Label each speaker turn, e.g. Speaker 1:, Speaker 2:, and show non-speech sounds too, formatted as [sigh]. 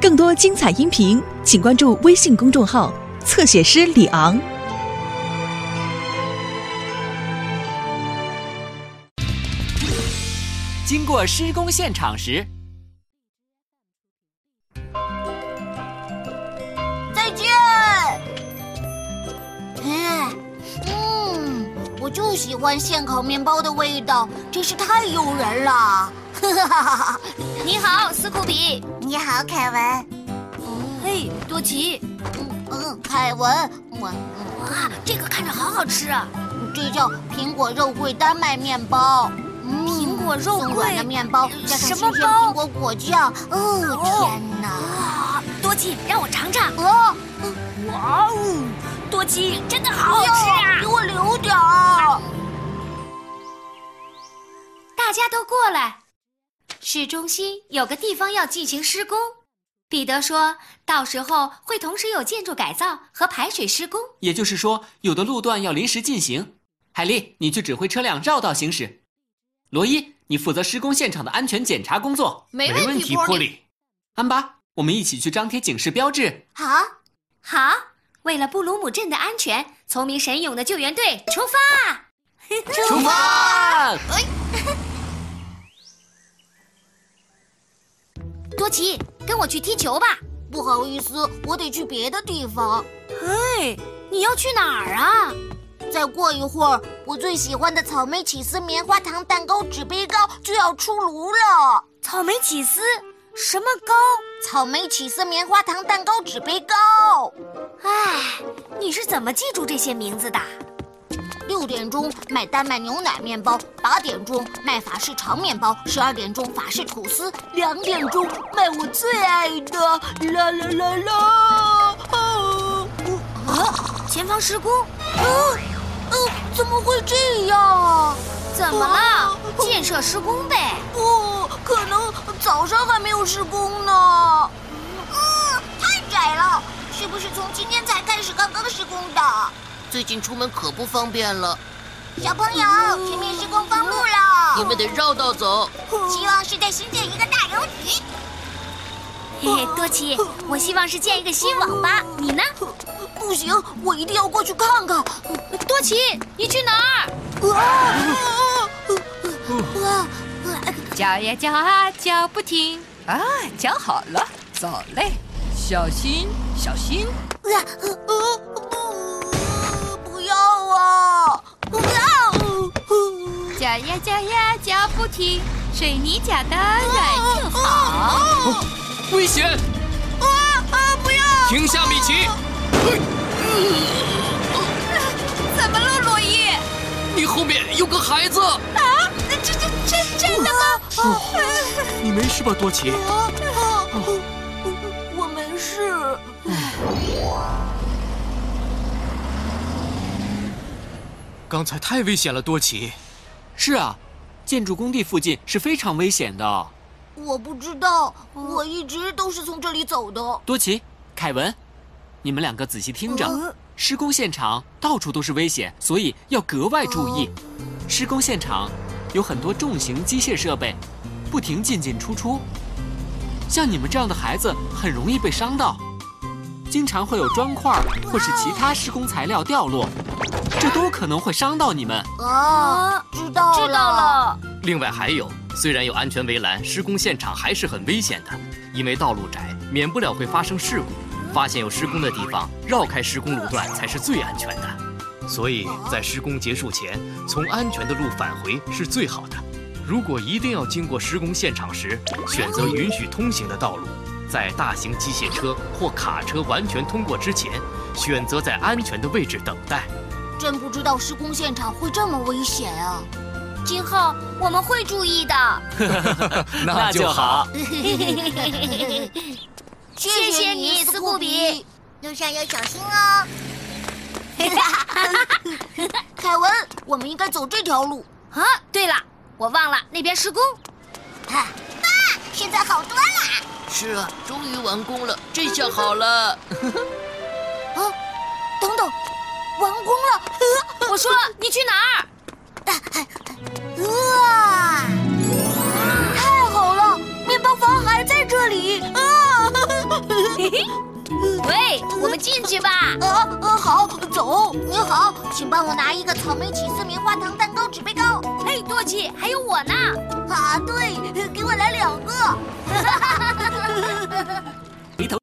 Speaker 1: 更多精彩音频，请关注微信公众号“侧写师李昂”。
Speaker 2: 经过施工现场时，
Speaker 3: 再见。哎，嗯，我就喜欢现烤面包的味道，真是太诱人了。
Speaker 4: 你好，斯库比。
Speaker 5: 你好，凯文。
Speaker 4: 嘿，多奇。
Speaker 3: 嗯嗯，凯文，我
Speaker 4: 哇，这个看着好好吃啊！
Speaker 3: 嗯这叫苹果肉桂丹麦面包。嗯
Speaker 4: 苹果肉
Speaker 3: 松软
Speaker 4: 桂
Speaker 3: 的面包加上
Speaker 4: 什
Speaker 3: 新
Speaker 4: 么
Speaker 3: 鲜
Speaker 4: 包
Speaker 3: 苹果果酱，哦天哪！
Speaker 4: 哇，啊多奇，让我尝尝。
Speaker 3: 哦，
Speaker 4: 哇哦，多奇真的好
Speaker 3: 不
Speaker 4: 好
Speaker 3: 要
Speaker 4: 吃啊！
Speaker 3: 给我留点儿。
Speaker 4: 大家都过来。市中心有个地方要进行施工，彼得说到时候会同时有建筑改造和排水施工。
Speaker 2: 也就是说，有的路段要临时进行。海莉，你去指挥车辆绕道行驶；罗伊，你负责施工现场的安全检查工作。
Speaker 6: 没问题，波利。
Speaker 2: 安巴，我们一起去张贴警示标志。
Speaker 3: 啊，
Speaker 4: 好，为了布鲁姆镇的安全，聪明神勇的救援队出发！
Speaker 2: 出发！
Speaker 4: 多奇，跟我去踢球吧。
Speaker 3: 不好意思，我得去别的地方。
Speaker 4: 哎，你要去哪儿啊？
Speaker 3: 再过一会儿，我最喜欢的草莓起司棉花糖蛋糕纸杯糕就要出炉了。
Speaker 4: 草莓起司，什么糕？
Speaker 3: 草莓起司棉花糖蛋糕纸杯糕。
Speaker 4: 哎，你是怎么记住这些名字的？
Speaker 3: 六点钟卖丹麦牛奶面包，八点钟卖法式长面包，十二点钟法式吐司，两点钟卖我最爱的啦啦啦啦！哦，
Speaker 4: 前方施工，
Speaker 3: 哦，哦，怎么会这样？
Speaker 4: 怎么了？建设施工呗。
Speaker 3: 不哦可能，早上还没有施工呢。嗯，太窄了，是不是从今天才开始刚刚施工的？
Speaker 6: 最近出门可不方便了，
Speaker 3: 小朋友，前面施工封路了，
Speaker 6: 你们得绕道走。
Speaker 3: 希望是在新建一个大邮局。
Speaker 4: 嘿嘿，多奇，我希望是建一个新网吧，你呢？
Speaker 3: 不行，我一定要过去看看。
Speaker 4: 多奇，你去哪儿？
Speaker 3: 啊，
Speaker 7: 搅呀搅啊，搅不停啊，搅好了，走嘞，小心小心，
Speaker 3: 不，不要啊！不要！
Speaker 7: 搅呀搅呀，搅不停，水泥搅得软又好。
Speaker 2: 危险！啊啊！不要！停下，米奇！
Speaker 7: 怎么了，洛伊？
Speaker 2: 你后面有个孩子。
Speaker 7: 这这这真的
Speaker 2: 你没事吧，多奇？
Speaker 3: 我没事。
Speaker 8: 刚才太危险了，多奇。
Speaker 2: 是啊，建筑工地附近是非常危险的。
Speaker 3: 我不知道，我一直都是从这里走的。
Speaker 2: 多奇、凯文，你们两个仔细听
Speaker 3: 呃
Speaker 2: 着，
Speaker 3: 嗯
Speaker 2: 施工现场到处都是危险，所以要格外注
Speaker 8: 哦
Speaker 2: 意。施工现场有很多重型机械设备，不停进进出出。像你们这样的孩子很容易被伤到，经常会有砖块或是其他施工材料掉落，这都可能会伤到你们。
Speaker 3: 啊，知道了。
Speaker 4: 知道。了。
Speaker 8: 另外还有，虽然有安全围栏，施工现场还是很危险的，因为道路窄，免不了会发生事故。发现有施工的地方，绕开施工路段才是最安全的。所以在施工结束前，从安全的路返回是最好的。如果一定要经过施工现场时，选择允许通行的道路，在大型机械车或卡车完全通过之前，选择在安全的位置等 [laughs] 待。
Speaker 3: 真不知道施工现场会这么危险啊！
Speaker 4: 今后我们会注意 [laughs] 的。
Speaker 2: 那就好。
Speaker 3: 谢
Speaker 4: 谢你
Speaker 3: 你，
Speaker 4: 斯库
Speaker 3: 库
Speaker 4: 比。
Speaker 3: 路上要小心哦。 [laughs] 凯文，我们应该走这条路。
Speaker 4: 啊，对了，我忘了那边施工。
Speaker 3: 爸，现在好多啦。
Speaker 6: 是啊，终于完工了，这下好了。
Speaker 3: 啊，等等，完工了。
Speaker 4: 我说你去哪儿？
Speaker 3: 哇，太好了，面包房还在这这里啊！
Speaker 4: 喂，我们进去吧。
Speaker 3: 啊啊，好，走。你好，请帮我拿一个草莓起司棉花糖蛋糕纸杯糕。
Speaker 4: 哎，多吉，还有我呢。
Speaker 3: 啊，对